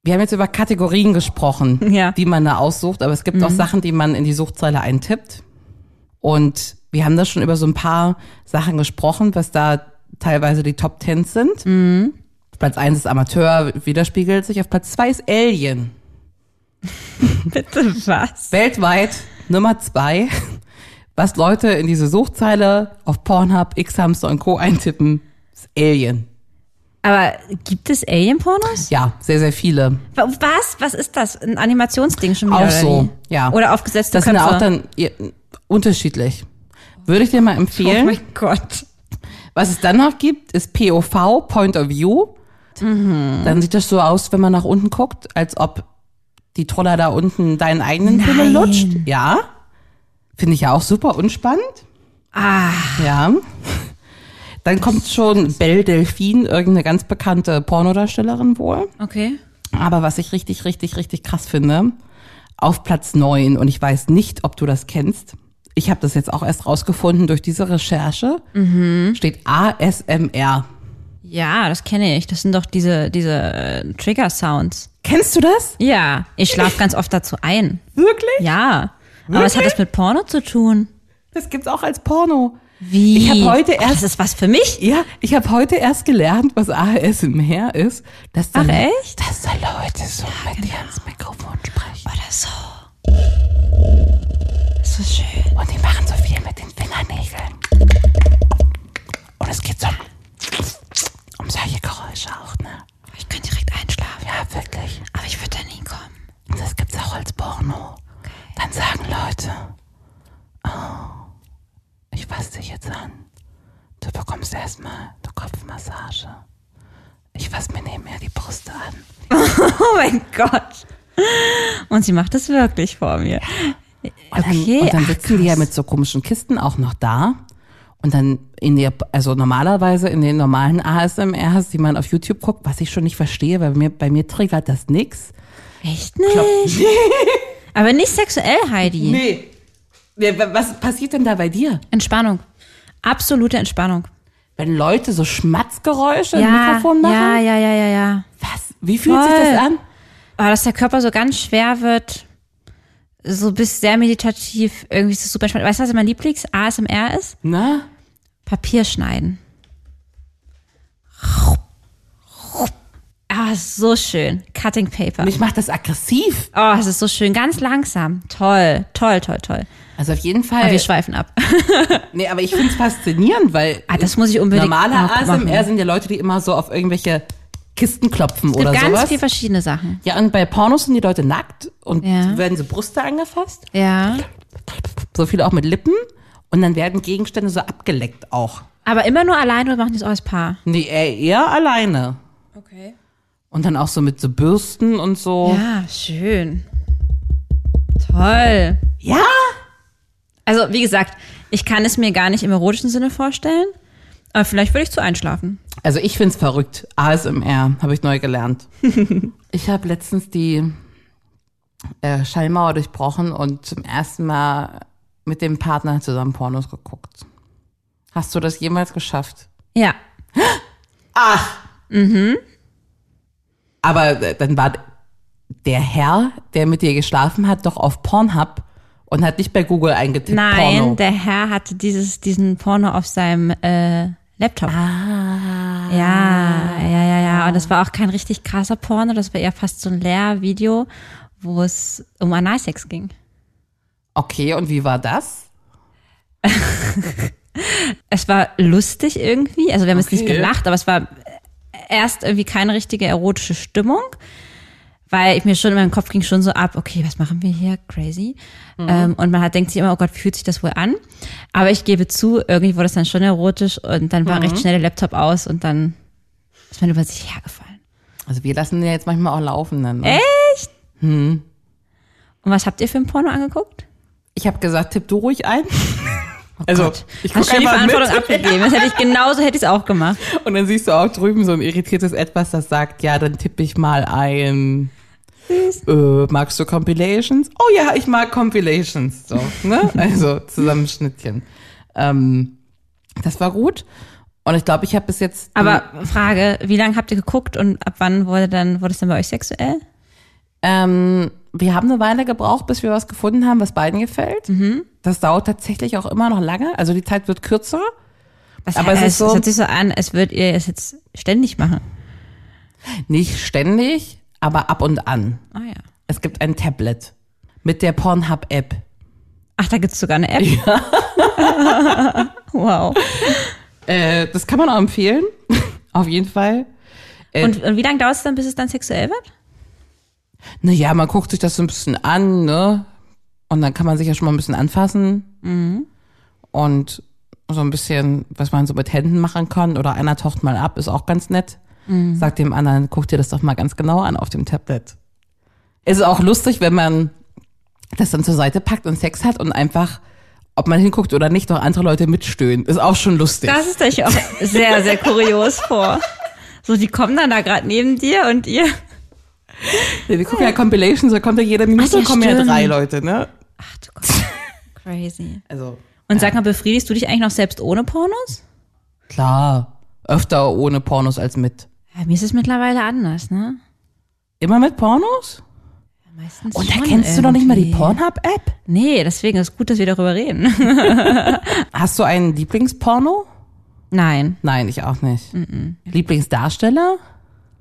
[SPEAKER 2] Wir haben jetzt über Kategorien gesprochen,
[SPEAKER 3] Ja.
[SPEAKER 2] die man da aussucht, aber es gibt auch Sachen, die man in die Suchzeile eintippt. Und wir haben da schon über so ein paar Sachen gesprochen, was da teilweise die Top Tens sind. Auf Platz eins ist Amateur, widerspiegelt sich. Auf Platz zwei ist Alien.
[SPEAKER 3] Bitte was?
[SPEAKER 2] Weltweit Nummer zwei, was Leute in diese Suchzeile auf Pornhub, X-Hamster und Co. eintippen, ist Alien.
[SPEAKER 3] Aber gibt es Alien-Pornos?
[SPEAKER 2] Ja, sehr, sehr viele.
[SPEAKER 3] Wa- Was? Was ist das? Ein Animationsding schon wieder?
[SPEAKER 2] Auch
[SPEAKER 3] oder
[SPEAKER 2] so,
[SPEAKER 3] wie?
[SPEAKER 2] ja.
[SPEAKER 3] Oder aufgesetzte
[SPEAKER 2] Das sind
[SPEAKER 3] Köpfe.
[SPEAKER 2] auch dann ja, unterschiedlich. Würde ich dir mal
[SPEAKER 3] oh
[SPEAKER 2] empfehlen.
[SPEAKER 3] mein Gott.
[SPEAKER 2] Was es dann noch gibt, ist POV, Point of View. Dann sieht das so aus, wenn man nach unten guckt, als ob die Troller da unten deinen eigenen Pimmel lutscht. Ja. Finde ich ja auch super unspannend. Ah. Ja. Dann kommt schon Belle Delphine, irgendeine ganz bekannte Pornodarstellerin wohl.
[SPEAKER 3] Okay.
[SPEAKER 2] Aber was ich richtig, richtig, richtig krass finde, auf Platz neun und ich weiß nicht, ob du das kennst, ich habe das jetzt auch erst rausgefunden durch diese Recherche,
[SPEAKER 3] Mhm.
[SPEAKER 2] steht ASMR.
[SPEAKER 3] Ja, das kenne ich. Das sind doch diese, diese äh, Trigger-Sounds.
[SPEAKER 2] Kennst du das?
[SPEAKER 3] Ja, ich schlafe ganz oft dazu ein.
[SPEAKER 2] Wirklich?
[SPEAKER 3] Ja. Aber was hat das mit Porno zu tun?
[SPEAKER 2] Das gibt's auch als Porno.
[SPEAKER 3] Wie?
[SPEAKER 2] Ich hab heute
[SPEAKER 3] oh, Das
[SPEAKER 2] erst-
[SPEAKER 3] ist was für mich?
[SPEAKER 2] Ja, ich habe heute erst gelernt, was ASMR ist. Dass da,
[SPEAKER 3] Ach, echt? genau.
[SPEAKER 2] Dass da Leute so mit dir ins Mikrofon sprechen.
[SPEAKER 3] Oder so. Das ist schön.
[SPEAKER 2] Und die machen so viel mit den Fingernägeln. Und es geht so um solche Geräusche auch, ne?
[SPEAKER 3] Ich könnte direkt einschlafen.
[SPEAKER 2] Ja, wirklich.
[SPEAKER 3] Aber ich würde da nie kommen.
[SPEAKER 2] Das gibt's auch als Porno. Dann sagen Leute, oh, ich fasse dich jetzt an. Du bekommst erstmal eine Kopfmassage. Ich fasse mir nebenher die Brüste an.
[SPEAKER 3] Oh mein Gott. Und sie macht das wirklich vor mir.
[SPEAKER 2] Und
[SPEAKER 3] Okay,
[SPEAKER 2] dann, und dann
[SPEAKER 3] ach,
[SPEAKER 2] sitzen die ja mit so komischen Kisten auch noch da. Und dann in der, also normalerweise in den normalen ASMRs, die man auf YouTube guckt, was ich schon nicht verstehe, weil mir, bei mir triggert das nix.
[SPEAKER 3] Echt nicht? Aber nicht sexuell, Heidi.
[SPEAKER 2] Nee. Was passiert denn da bei dir?
[SPEAKER 3] Entspannung. Absolute Entspannung.
[SPEAKER 2] Wenn Leute so Schmatzgeräusche im
[SPEAKER 3] ja,
[SPEAKER 2] Mikrofon machen?
[SPEAKER 3] ja, ja, ja, ja, ja.
[SPEAKER 2] Was? Wie fühlt sich
[SPEAKER 3] Voll.
[SPEAKER 2] das an?
[SPEAKER 3] Aber dass der Körper so ganz schwer wird, so bis sehr meditativ, irgendwie ist das super spannend. Weißt du, was mein Lieblings-ASMR ist?
[SPEAKER 2] Na?
[SPEAKER 3] Papier schneiden. Ah, ist so schön. Cutting Paper.
[SPEAKER 2] Mich macht das aggressiv.
[SPEAKER 3] Oh, es ist so schön. Ganz langsam. Toll, toll, toll, toll.
[SPEAKER 2] Also auf jeden
[SPEAKER 3] Aber
[SPEAKER 2] Fall.
[SPEAKER 3] wir schweifen ab.
[SPEAKER 2] nee, aber ich finde es faszinierend, weil
[SPEAKER 3] Ah, das muss ich unbedingt
[SPEAKER 2] normale
[SPEAKER 3] noch machen.
[SPEAKER 2] ASMR sind ja Leute, die immer so auf irgendwelche Kisten klopfen
[SPEAKER 3] Es
[SPEAKER 2] oder
[SPEAKER 3] gibt ganz
[SPEAKER 2] sowas.
[SPEAKER 3] viele verschiedene Sachen.
[SPEAKER 2] Ja, und bei Pornos sind die Leute nackt und
[SPEAKER 3] Ja.
[SPEAKER 2] werden so Brüste angefasst.
[SPEAKER 3] Ja.
[SPEAKER 2] So viele auch mit Lippen. Und dann werden Gegenstände so abgeleckt auch.
[SPEAKER 3] Aber immer nur allein oder machen die es auch als Paar?
[SPEAKER 2] Nee, eher- eher alleine.
[SPEAKER 3] Okay.
[SPEAKER 2] Und dann auch so mit so Bürsten und so.
[SPEAKER 3] Ja, schön. Toll.
[SPEAKER 2] Ja?
[SPEAKER 3] Also, wie gesagt, ich kann es mir gar nicht im erotischen Sinne vorstellen. Aber vielleicht würde ich zu einschlafen.
[SPEAKER 2] Also ich find's verrückt. ASMR habe ich neu
[SPEAKER 3] [laughs]
[SPEAKER 2] gelernt. ich habe letztens die äh, Schallmauer durchbrochen und zum ersten Mal mit dem Partner zusammen Pornos geguckt. Hast du das jemals geschafft?
[SPEAKER 3] Ja.
[SPEAKER 2] Aber äh, dann war der Herr, der mit dir geschlafen hat, doch auf Pornhub und hat nicht bei Google eingetippt.
[SPEAKER 3] Nein,
[SPEAKER 2] Porno.
[SPEAKER 3] der Herr hatte dieses, diesen Porno auf seinem äh, Laptop. Ah. Ja, ja, ja, ja. Und das war auch kein richtig krasser Porno. Das war eher fast so ein Lehrvideo, wo es um Analsex ging.
[SPEAKER 2] Okay, und wie war das?
[SPEAKER 3] Es war lustig irgendwie. Also wir haben jetzt nicht
[SPEAKER 2] Okay.
[SPEAKER 3] gelacht, aber es war erst irgendwie keine richtige erotische Stimmung, weil ich mir schon in meinem Kopf ging schon so ab, okay, was machen wir hier? Crazy.
[SPEAKER 2] Mhm.
[SPEAKER 3] Ähm, und man hat, denkt sich immer, oh Gott, wie fühlt sich das wohl an? Aber ich gebe zu, irgendwie wurde es dann schon erotisch und dann
[SPEAKER 2] Mhm.
[SPEAKER 3] war recht schnell der Laptop aus und dann ist man über sich hergefallen.
[SPEAKER 2] Also wir lassen den ja jetzt manchmal auch laufen dann. ne?
[SPEAKER 3] Hm.
[SPEAKER 2] Hm.
[SPEAKER 3] Und was habt ihr für ein Porno angeguckt?
[SPEAKER 2] Ich habe gesagt, tipp du ruhig
[SPEAKER 3] [laughs]
[SPEAKER 2] ein. also
[SPEAKER 3] Oh Gott,
[SPEAKER 2] ich guck
[SPEAKER 3] hast schon die
[SPEAKER 2] einfach
[SPEAKER 3] Verantwortung
[SPEAKER 2] mit.
[SPEAKER 3] abgegeben. Das hätte ich genauso, hätte ich es auch gemacht.
[SPEAKER 2] Und dann siehst du auch drüben so ein irritiertes Etwas, das sagt, ja, dann tippe ich mal ein. Äh, magst du Compilations? Oh ja, ich mag Compilations. So, ne? Also Zusammenschnittchen. Ähm, das war gut. Und ich glaube, ich habe bis jetzt.
[SPEAKER 3] Aber Frage, wie lange habt ihr geguckt und ab wann wurde dann, wurde es dann bei euch sexuell?
[SPEAKER 2] Ähm, wir haben eine Weile gebraucht, bis wir was gefunden haben, was beiden gefällt. Das dauert tatsächlich auch immer noch lange. Also die Zeit wird kürzer.
[SPEAKER 3] Was,
[SPEAKER 2] Aber es ist so-
[SPEAKER 3] hört sich so an, als würdet ihr es jetzt ständig machen.
[SPEAKER 2] Nicht ständig, aber ab und an.
[SPEAKER 3] Ah ja.
[SPEAKER 2] Es gibt ein Tablet mit der Pornhub-App.
[SPEAKER 3] Ach, da gibt's sogar eine App. [laughs] wow.
[SPEAKER 2] Äh, das kann man auch empfehlen. [laughs] Auf jeden Fall.
[SPEAKER 3] Und, und wie lange dauert es dann, bis es dann sexuell wird?
[SPEAKER 2] Naja, man guckt sich das so ein bisschen an, ne? Und dann kann man sich ja schon mal ein bisschen anfassen.
[SPEAKER 3] Mhm.
[SPEAKER 2] Und so ein bisschen, was man so mit Händen machen kann. Oder einer taucht mal ab, ist auch ganz nett.
[SPEAKER 3] Mhm.
[SPEAKER 2] Sagt dem anderen, guck dir das doch mal ganz genau an auf dem Tablet. Es ist auch lustig, wenn man das dann zur Seite packt und Sex hat und einfach, ob man hinguckt oder nicht, noch andere Leute mitstöhnen. Ist auch schon lustig.
[SPEAKER 3] Das ist [laughs] euch auch sehr, sehr kurios vor. So, die kommen dann da gerade neben dir und ihr.
[SPEAKER 2] Wir gucken ja Compilations, da kommt ja jede Minute,
[SPEAKER 3] Ach ja,
[SPEAKER 2] kommen ja
[SPEAKER 3] stimmt.
[SPEAKER 2] drei Leute, ne?
[SPEAKER 3] Ach du Gott. Crazy.
[SPEAKER 2] Also,
[SPEAKER 3] Und sag mal, befriedigst du dich eigentlich noch selbst ohne Pornos?
[SPEAKER 2] klar, öfter ohne Pornos als mit.
[SPEAKER 3] Ja, mir ist es mittlerweile anders, ne?
[SPEAKER 2] Immer mit Pornos?
[SPEAKER 3] Meistens
[SPEAKER 2] Und da
[SPEAKER 3] schon
[SPEAKER 2] kennst du doch nicht mal die
[SPEAKER 3] irgendwie.
[SPEAKER 2] Pornhub-App?
[SPEAKER 3] Nee, deswegen ist gut, dass wir darüber reden. [laughs]
[SPEAKER 2] Hast du einen Lieblingsporno?
[SPEAKER 3] Nein,
[SPEAKER 2] Nein, ich auch nicht. Lieblingsdarsteller?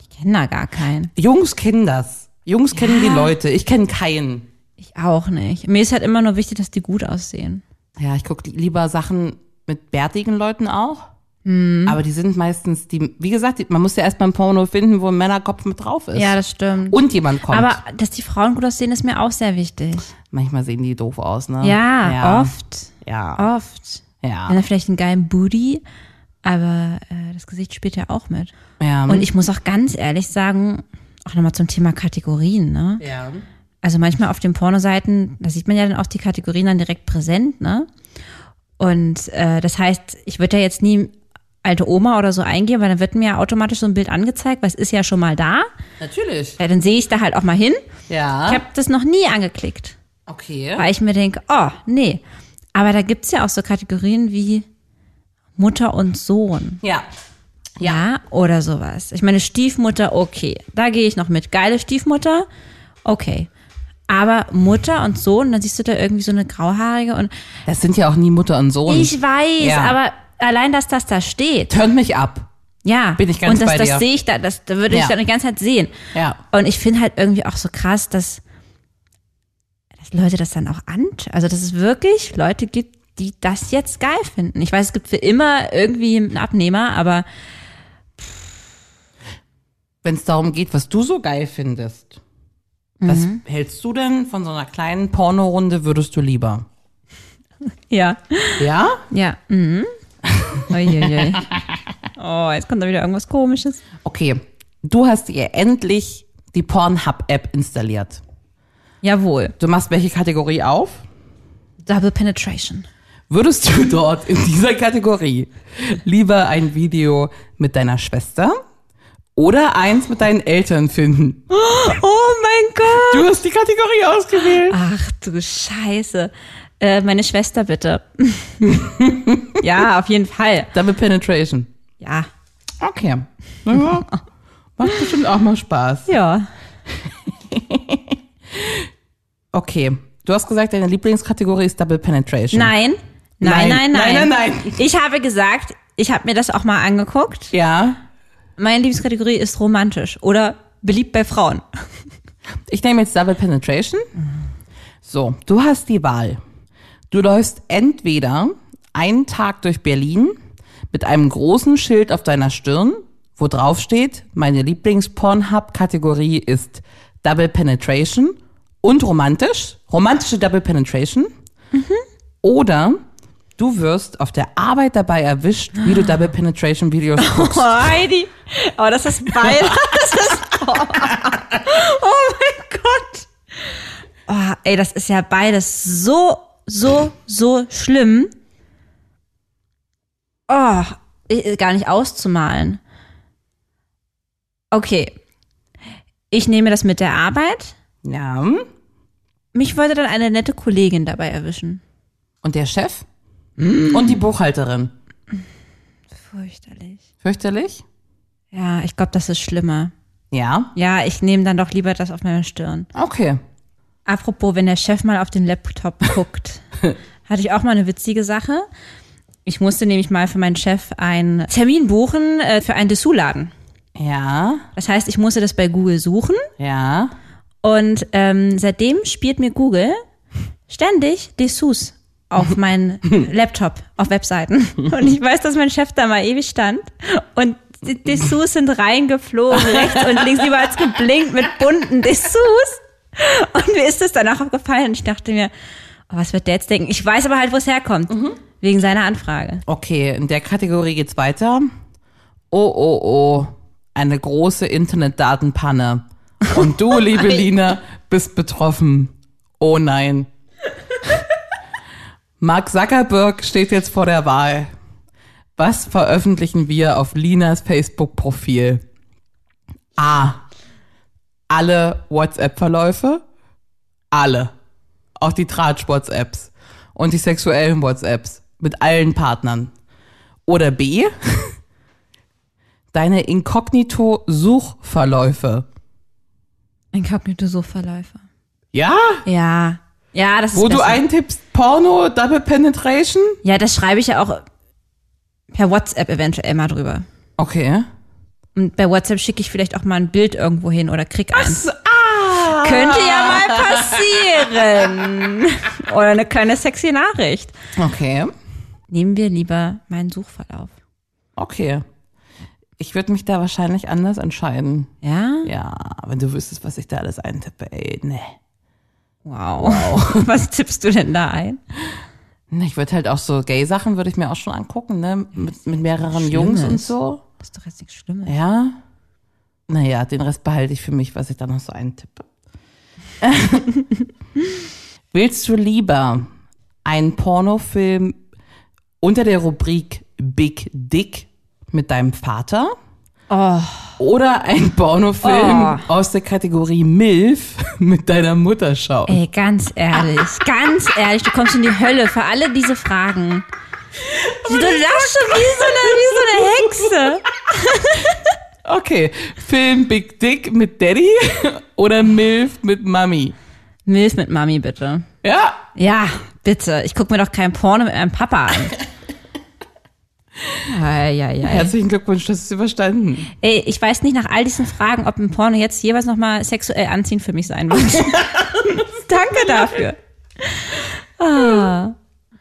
[SPEAKER 3] ich kenne da gar keinen.
[SPEAKER 2] Jungs kennen das. Jungs kennen die Leute. Ich kenne keinen.
[SPEAKER 3] Ich auch nicht. Mir ist halt immer nur wichtig, dass die gut aussehen.
[SPEAKER 2] Ja, ich gucke lieber Sachen mit bärtigen Leuten auch. Aber die sind meistens die, wie gesagt, die, man muss ja erstmal ein Porno finden, wo ein Männerkopf mit drauf ist.
[SPEAKER 3] Ja, das stimmt.
[SPEAKER 2] Und jemand kommt.
[SPEAKER 3] aber dass die Frauen gut aussehen, ist mir auch sehr wichtig.
[SPEAKER 2] Manchmal sehen die doof aus, ne?
[SPEAKER 3] Oh, Ja,
[SPEAKER 2] ja.
[SPEAKER 3] oft.
[SPEAKER 2] Ja.
[SPEAKER 3] Oft. Wenn
[SPEAKER 2] Ja.
[SPEAKER 3] er vielleicht einen geilen Booty, aber äh, das Gesicht spielt ja auch mit.
[SPEAKER 2] ja.
[SPEAKER 3] Und ich muss auch ganz ehrlich sagen, auch nochmal zum Thema Kategorien, ne?
[SPEAKER 2] ja.
[SPEAKER 3] Also manchmal auf den Pornoseiten, da sieht man ja dann auch die Kategorien dann direkt präsent, ne? Und äh, das heißt, ich würde ja jetzt nie alte Oma oder so eingehen, weil dann wird mir ja automatisch so ein Bild angezeigt, weil es ist ja schon mal da.
[SPEAKER 2] Natürlich.
[SPEAKER 3] Ja, dann sehe ich da halt auch mal hin. Ich
[SPEAKER 2] Ja.
[SPEAKER 3] habe das noch nie angeklickt,
[SPEAKER 2] Okay.
[SPEAKER 3] weil ich mir denke, oh, nee. Aber da gibt's ja auch so Kategorien wie Mutter und Sohn.
[SPEAKER 2] Ja.
[SPEAKER 3] Ja. Oder sowas. Ich meine, Stiefmutter, okay. Da gehe ich noch mit. Geile Stiefmutter, okay. Aber Mutter und Sohn, dann siehst du da irgendwie so eine grauhaarige und
[SPEAKER 2] Das sind ja auch nie Mutter und Sohn.
[SPEAKER 3] ich weiß,
[SPEAKER 2] Ja.
[SPEAKER 3] aber allein, dass das da steht.
[SPEAKER 2] Turn mich ab.
[SPEAKER 3] Ja.
[SPEAKER 2] Bin ich ganz
[SPEAKER 3] Und das,
[SPEAKER 2] bei dir.
[SPEAKER 3] das sehe ich da, das, da würde
[SPEAKER 2] Ja.
[SPEAKER 3] ich dann die ganze Zeit sehen.
[SPEAKER 2] Ja.
[SPEAKER 3] Und ich finde halt irgendwie auch so krass, dass, dass Leute das dann auch an, also dass es wirklich Leute gibt, die das jetzt geil finden. Ich weiß, es gibt für immer irgendwie einen Abnehmer, aber
[SPEAKER 2] Wenn es darum geht, was du so geil findest, was hältst du denn von so einer kleinen Pornorunde würdest du lieber?
[SPEAKER 3] ja,
[SPEAKER 2] Ja?
[SPEAKER 3] ja. Mhm. Uiuiui. [laughs] Oh, jetzt kommt da wieder irgendwas komisches.
[SPEAKER 2] Okay. Du hast dir endlich die Pornhub-App installiert.
[SPEAKER 3] Jawohl.
[SPEAKER 2] Du machst welche Kategorie auf?
[SPEAKER 3] Double Penetration.
[SPEAKER 2] Würdest du dort in dieser Kategorie lieber ein Video mit deiner Schwester oder eins mit deinen Eltern finden?
[SPEAKER 3] Oh mein Gott.
[SPEAKER 2] Du hast die Kategorie ausgewählt.
[SPEAKER 3] Ach du Scheiße. Äh, meine Schwester bitte. [laughs] ja, auf jeden Fall.
[SPEAKER 2] Double Penetration.
[SPEAKER 3] Ja.
[SPEAKER 2] Okay. Naja, macht bestimmt auch mal Spaß.
[SPEAKER 3] Ja.
[SPEAKER 2] Okay. Du hast gesagt, deine Lieblingskategorie ist Double Penetration.
[SPEAKER 3] Nein.
[SPEAKER 2] Nein.
[SPEAKER 3] Nein, nein, nein.
[SPEAKER 2] Nein, nein, nein.
[SPEAKER 3] Ich habe gesagt, ich habe mir das auch mal angeguckt.
[SPEAKER 2] Ja.
[SPEAKER 3] Meine Lieblingskategorie ist romantisch oder beliebt bei Frauen.
[SPEAKER 2] Ich nehme jetzt Double Penetration. So, du hast die Wahl. Du läufst entweder einen Tag durch Berlin mit einem großen Schild auf deiner Stirn, wo drauf steht, meine Lieblings-Pornhub-Kategorie ist Double Penetration und romantisch, romantische Double Penetration. Oder du wirst auf der Arbeit dabei erwischt, wie du Double Penetration Videos guckst.
[SPEAKER 3] Heidi. Oh, das ist beil. [laughs] Das ist, oh, oh mein Gott. Oh, ey, das ist ja beides so, so, so schlimm. Oh, eh, gar nicht auszumalen. Okay. Ich nehme das mit der Arbeit.
[SPEAKER 2] Ja. Und
[SPEAKER 3] Mich wollte dann eine nette Kollegin dabei erwischen.
[SPEAKER 2] der Chef? Und die Buchhalterin.
[SPEAKER 3] Fürchterlich.
[SPEAKER 2] Fürchterlich?
[SPEAKER 3] Ja, ich glaube, das ist schlimmer.
[SPEAKER 2] Ja.
[SPEAKER 3] Ja, ich nehme dann doch lieber das auf meiner Stirn.
[SPEAKER 2] Okay.
[SPEAKER 3] Apropos, wenn der Chef mal auf den Laptop guckt, hatte ich auch mal eine witzige Sache. Ich musste nämlich mal für meinen Chef einen Termin buchen äh, für einen Dessous-Laden.
[SPEAKER 2] Ja.
[SPEAKER 3] Das heißt, ich musste das bei Google suchen
[SPEAKER 2] Ja.
[SPEAKER 3] und ähm, seitdem spielt mir Google ständig Dessous
[SPEAKER 2] [laughs]
[SPEAKER 3] auf meinen Laptop, auf Webseiten. Und ich weiß, dass mein Chef da mal ewig stand und die Dessous sind reingeflogen, rechts und links, überall hat's geblinkt mit bunten Dessous. Und mir ist das danach aufgefallen. Ich dachte mir, oh, was wird der jetzt denken? Ich weiß aber halt, wo es herkommt.
[SPEAKER 2] Mhm.
[SPEAKER 3] Wegen seiner Anfrage.
[SPEAKER 2] Okay, in der Kategorie geht's weiter. Oh, oh, oh. Eine große Internetdatenpanne. Und du, liebe Lina, bist betroffen. Oh nein. Mark Zuckerberg steht jetzt vor der Wahl. Was veröffentlichen wir auf Linas Facebook-Profil? A. Alle WhatsApp-Verläufe. Alle. Auch die Tratsch-WhatsApps. Und die sexuellen WhatsApps. Mit allen Partnern. Oder B. [laughs] Deine Inkognito-Suchverläufe.
[SPEAKER 3] Inkognito-Suchverläufe.
[SPEAKER 2] Ja?
[SPEAKER 3] Ja. Ja, das ist
[SPEAKER 2] Wo du
[SPEAKER 3] besser.
[SPEAKER 2] eintippst Porno, Double Penetration?
[SPEAKER 3] Ja, das schreibe ich ja auch per WhatsApp eventuell mal drüber.
[SPEAKER 2] Okay.
[SPEAKER 3] Und bei WhatsApp schicke ich vielleicht auch mal ein Bild irgendwo hin oder krieg eins. Könnte ja mal passieren. [laughs] oder eine kleine sexy Nachricht.
[SPEAKER 2] Okay.
[SPEAKER 3] Nehmen wir lieber meinen Suchverlauf.
[SPEAKER 2] Okay. Ich würde mich da wahrscheinlich anders entscheiden.
[SPEAKER 3] Ja?
[SPEAKER 2] Ja, wenn du wüsstest, was ich da alles eintippe, ey, ne. nee.
[SPEAKER 3] Wow. [laughs] Was tippst du denn da ein?
[SPEAKER 2] Na, Ich würde halt auch so Gay-Sachen würde ich mir auch schon angucken, ne? Mit, mit mehreren Jungs und
[SPEAKER 3] Schlimmes.
[SPEAKER 2] so.
[SPEAKER 3] Das ist doch jetzt nichts Schlimmes.
[SPEAKER 2] Ja. Naja, den Rest behalte ich für mich, was ich da noch so eintippe. [laughs] Willst du lieber einen Pornofilm unter der Rubrik Big Dick mit deinem Vater? Oder einen Pornofilm aus der Kategorie MILF mit deiner Mutter schauen?
[SPEAKER 3] Ey, ganz ehrlich, [laughs] ganz ehrlich, du kommst in die Hölle für alle diese Fragen. Du lachst schon wie so eine, wie so eine Hexe. [laughs]
[SPEAKER 2] Okay, Film Big Dick mit Daddy [laughs] oder MILF mit Mami?
[SPEAKER 3] Milf mit Mami, bitte.
[SPEAKER 2] Ja,
[SPEAKER 3] Ja, bitte. Ich guck mir doch kein Porno mit meinem Papa an.
[SPEAKER 2] [laughs]
[SPEAKER 3] Eieiei.
[SPEAKER 2] herzlichen Glückwunsch, das ist überstanden.
[SPEAKER 3] Ey, ich weiß nicht nach all diesen Fragen, ob ein Porno jetzt jeweils nochmal sexuell anziehend für mich sein wird.
[SPEAKER 2] [laughs]
[SPEAKER 3] Danke dafür. Ah.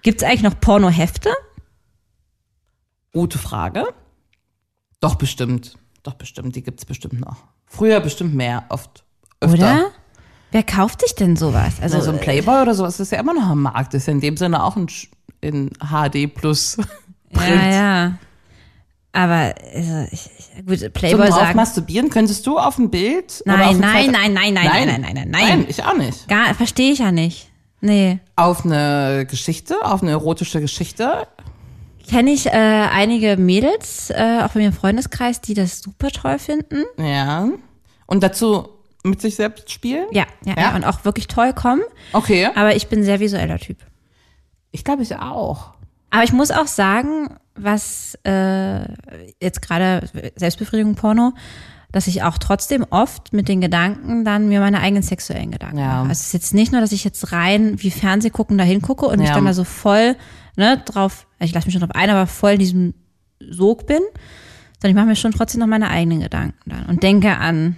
[SPEAKER 3] Gibt's eigentlich noch Pornohefte?
[SPEAKER 2] Gute Frage. Doch bestimmt. Doch bestimmt. Die gibt's bestimmt noch. Früher bestimmt mehr, oft öfter.
[SPEAKER 3] Oder? Wer kauft sich denn sowas? Also,
[SPEAKER 2] Also so ein Playboy oder sowas ist ja immer noch am Markt. Ist ja in dem Sinne auch ein Sch- in HD plus Print.
[SPEAKER 3] ja, ja. Aber also, ich, ich, gut,
[SPEAKER 2] Zum
[SPEAKER 3] Playboy
[SPEAKER 2] drauf
[SPEAKER 3] sagen.
[SPEAKER 2] masturbieren könntest du auf ein Bild? oder
[SPEAKER 3] Nein,
[SPEAKER 2] auf ein
[SPEAKER 3] nein,
[SPEAKER 2] Foto-
[SPEAKER 3] nein, nein, nein, nein, nein, nein, nein.
[SPEAKER 2] Nein, ich auch nicht.
[SPEAKER 3] Gar, verstehe ich ja nicht. Nee.
[SPEAKER 2] Auf eine Geschichte, auf eine erotische Geschichte.
[SPEAKER 3] Kenne ich äh, einige Mädels, äh, auch bei mir im Freundeskreis, die das super toll finden.
[SPEAKER 2] Ja. Und dazu mit sich selbst spielen?
[SPEAKER 3] Ja, ja,
[SPEAKER 2] Ja.
[SPEAKER 3] ja. Und auch wirklich toll kommen.
[SPEAKER 2] Okay.
[SPEAKER 3] Aber ich bin ein sehr visueller Typ.
[SPEAKER 2] Ich glaube, ich auch.
[SPEAKER 3] Aber ich muss auch sagen, was äh, jetzt gerade Selbstbefriedigung Porno, dass ich auch trotzdem oft mit den Gedanken dann mir meine eigenen sexuellen Gedanken
[SPEAKER 2] Ja.
[SPEAKER 3] mache. Also es ist jetzt nicht nur, dass ich jetzt rein wie Fernsehgucken da hingucke und mich
[SPEAKER 2] Ja.
[SPEAKER 3] dann da so voll ne, drauf, ich lasse mich schon drauf ein, aber voll in diesem Sog bin, sondern ich mache mir schon trotzdem noch meine eigenen Gedanken dann und denke an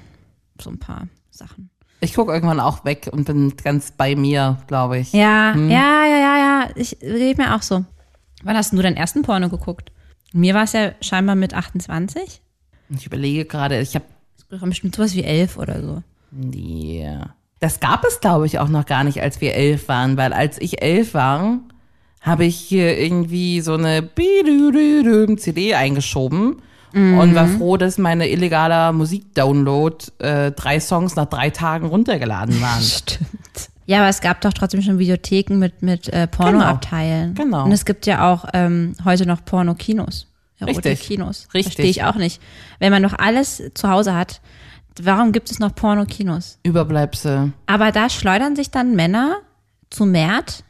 [SPEAKER 3] so ein paar Sachen.
[SPEAKER 2] Ich gucke irgendwann auch weg und bin ganz bei mir, glaube ich.
[SPEAKER 3] Ja, ja, ja, ja, ja. Ich geht mir auch so. Wann hast denn du deinen ersten Porno geguckt? Mir war es ja scheinbar mit 28.
[SPEAKER 2] Ich überlege gerade, ich habe
[SPEAKER 3] Das war bestimmt sowas wie 11 oder so.
[SPEAKER 2] Nee. Das gab es, glaube ich, auch noch gar nicht, als wir elf waren, weil als ich elf war, habe ich hier irgendwie so eine Bidüdüdüm CD eingeschoben und war froh, dass meine illegaler Musikdownload äh, drei Songs nach drei Tagen runtergeladen waren.
[SPEAKER 3] [laughs] Stimmt. Ja, aber es gab doch trotzdem schon Videotheken mit, mit äh, Pornoabteilen.
[SPEAKER 2] Genau, genau.
[SPEAKER 3] Und es gibt ja auch ähm, heute noch Porno-Kinos.
[SPEAKER 2] Richtig,
[SPEAKER 3] Kinos.
[SPEAKER 2] richtig.
[SPEAKER 3] Verstehe ich auch nicht. Wenn man noch alles zu Hause hat, warum gibt es noch Porno-Kinos?
[SPEAKER 2] Überbleibsel.
[SPEAKER 3] Aber da schleudern sich dann Männer zu Mert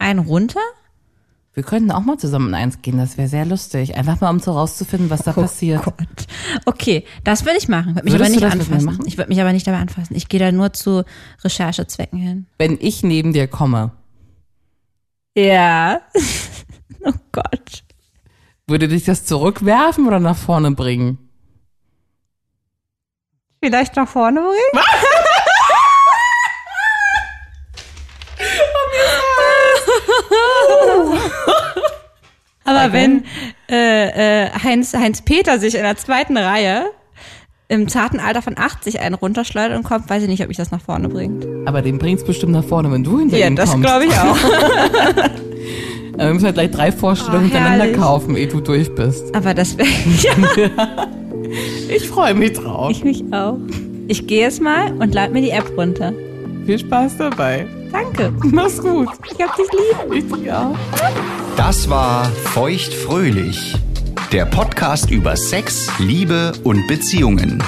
[SPEAKER 3] einen runter?
[SPEAKER 2] Wir könnten auch mal zusammen in eins gehen, das wäre sehr lustig. Einfach mal, um so rauszufinden, was da passiert.
[SPEAKER 3] Gott. Okay, das würde ich machen. Würde mich
[SPEAKER 2] Würdest du
[SPEAKER 3] aber
[SPEAKER 2] das mit
[SPEAKER 3] nicht
[SPEAKER 2] mir
[SPEAKER 3] anfassen.
[SPEAKER 2] machen?
[SPEAKER 3] Ich würde mich aber nicht dabei anfassen. Ich gehe da nur zu Recherchezwecken hin.
[SPEAKER 2] Wenn ich neben dir komme,
[SPEAKER 3] Ja. [laughs] oh Gott.
[SPEAKER 2] würde dich das zurückwerfen oder nach vorne bringen?
[SPEAKER 3] Vielleicht nach vorne bringen? [laughs] Aber wenn äh, äh, Heinz, Heinz Peter sich in der zweiten Reihe im zarten Alter von 80 einen runterschleudert und kommt, weiß ich nicht, ob ich das nach vorne bringt.
[SPEAKER 2] Aber den bringt's bestimmt nach vorne, wenn du hinter ihm kommst.
[SPEAKER 3] ich auch.
[SPEAKER 2] Aber wir müssen halt gleich drei Vorstellungen
[SPEAKER 3] Oh,
[SPEAKER 2] hintereinander
[SPEAKER 3] herrlich.
[SPEAKER 2] kaufen, ehe du durch bist.
[SPEAKER 3] [laughs] Aber das wäre
[SPEAKER 2] [laughs]
[SPEAKER 3] ja,
[SPEAKER 2] Ich freue mich drauf.
[SPEAKER 3] ich mich auch. Ich gehe jetzt mal und lade mir die App runter.
[SPEAKER 2] Viel Spaß dabei.
[SPEAKER 3] Danke.
[SPEAKER 2] Mach's gut.
[SPEAKER 3] Ich hab dich lieb.
[SPEAKER 2] Ich dich auch.
[SPEAKER 1] Das war Feuchtfröhlich, der Podcast über Sex, Liebe und Beziehungen.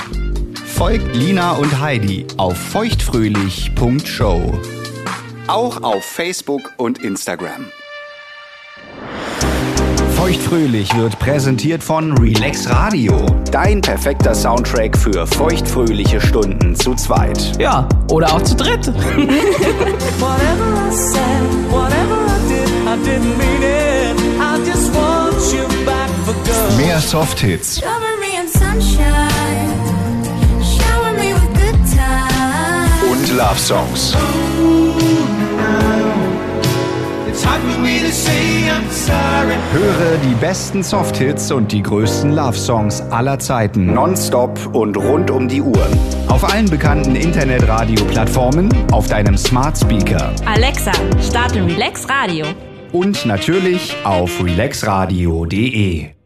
[SPEAKER 1] Folgt Lina und Heidi auf feuchtfröhlich.show. Auch auf Facebook und Instagram. Feuchtfröhlich wird präsentiert von Relax Radio. Dein perfekter Soundtrack für feuchtfröhliche Stunden zu zweit.
[SPEAKER 2] Ja, oder auch zu dritt.
[SPEAKER 1] Mehr Softhits
[SPEAKER 5] Cover me in sunshine. Shower me with good times.
[SPEAKER 1] und Love Songs.
[SPEAKER 6] It's hard for me to say I'm sorry.
[SPEAKER 1] Höre die besten Softhits und die größten Love-Songs aller Zeiten. Nonstop und rund um die Uhr. Auf allen bekannten Internetradio-Plattformen, auf deinem Smart Speaker
[SPEAKER 3] Alexa, starte Relax Radio.
[SPEAKER 1] und natürlich auf relaxradio.de.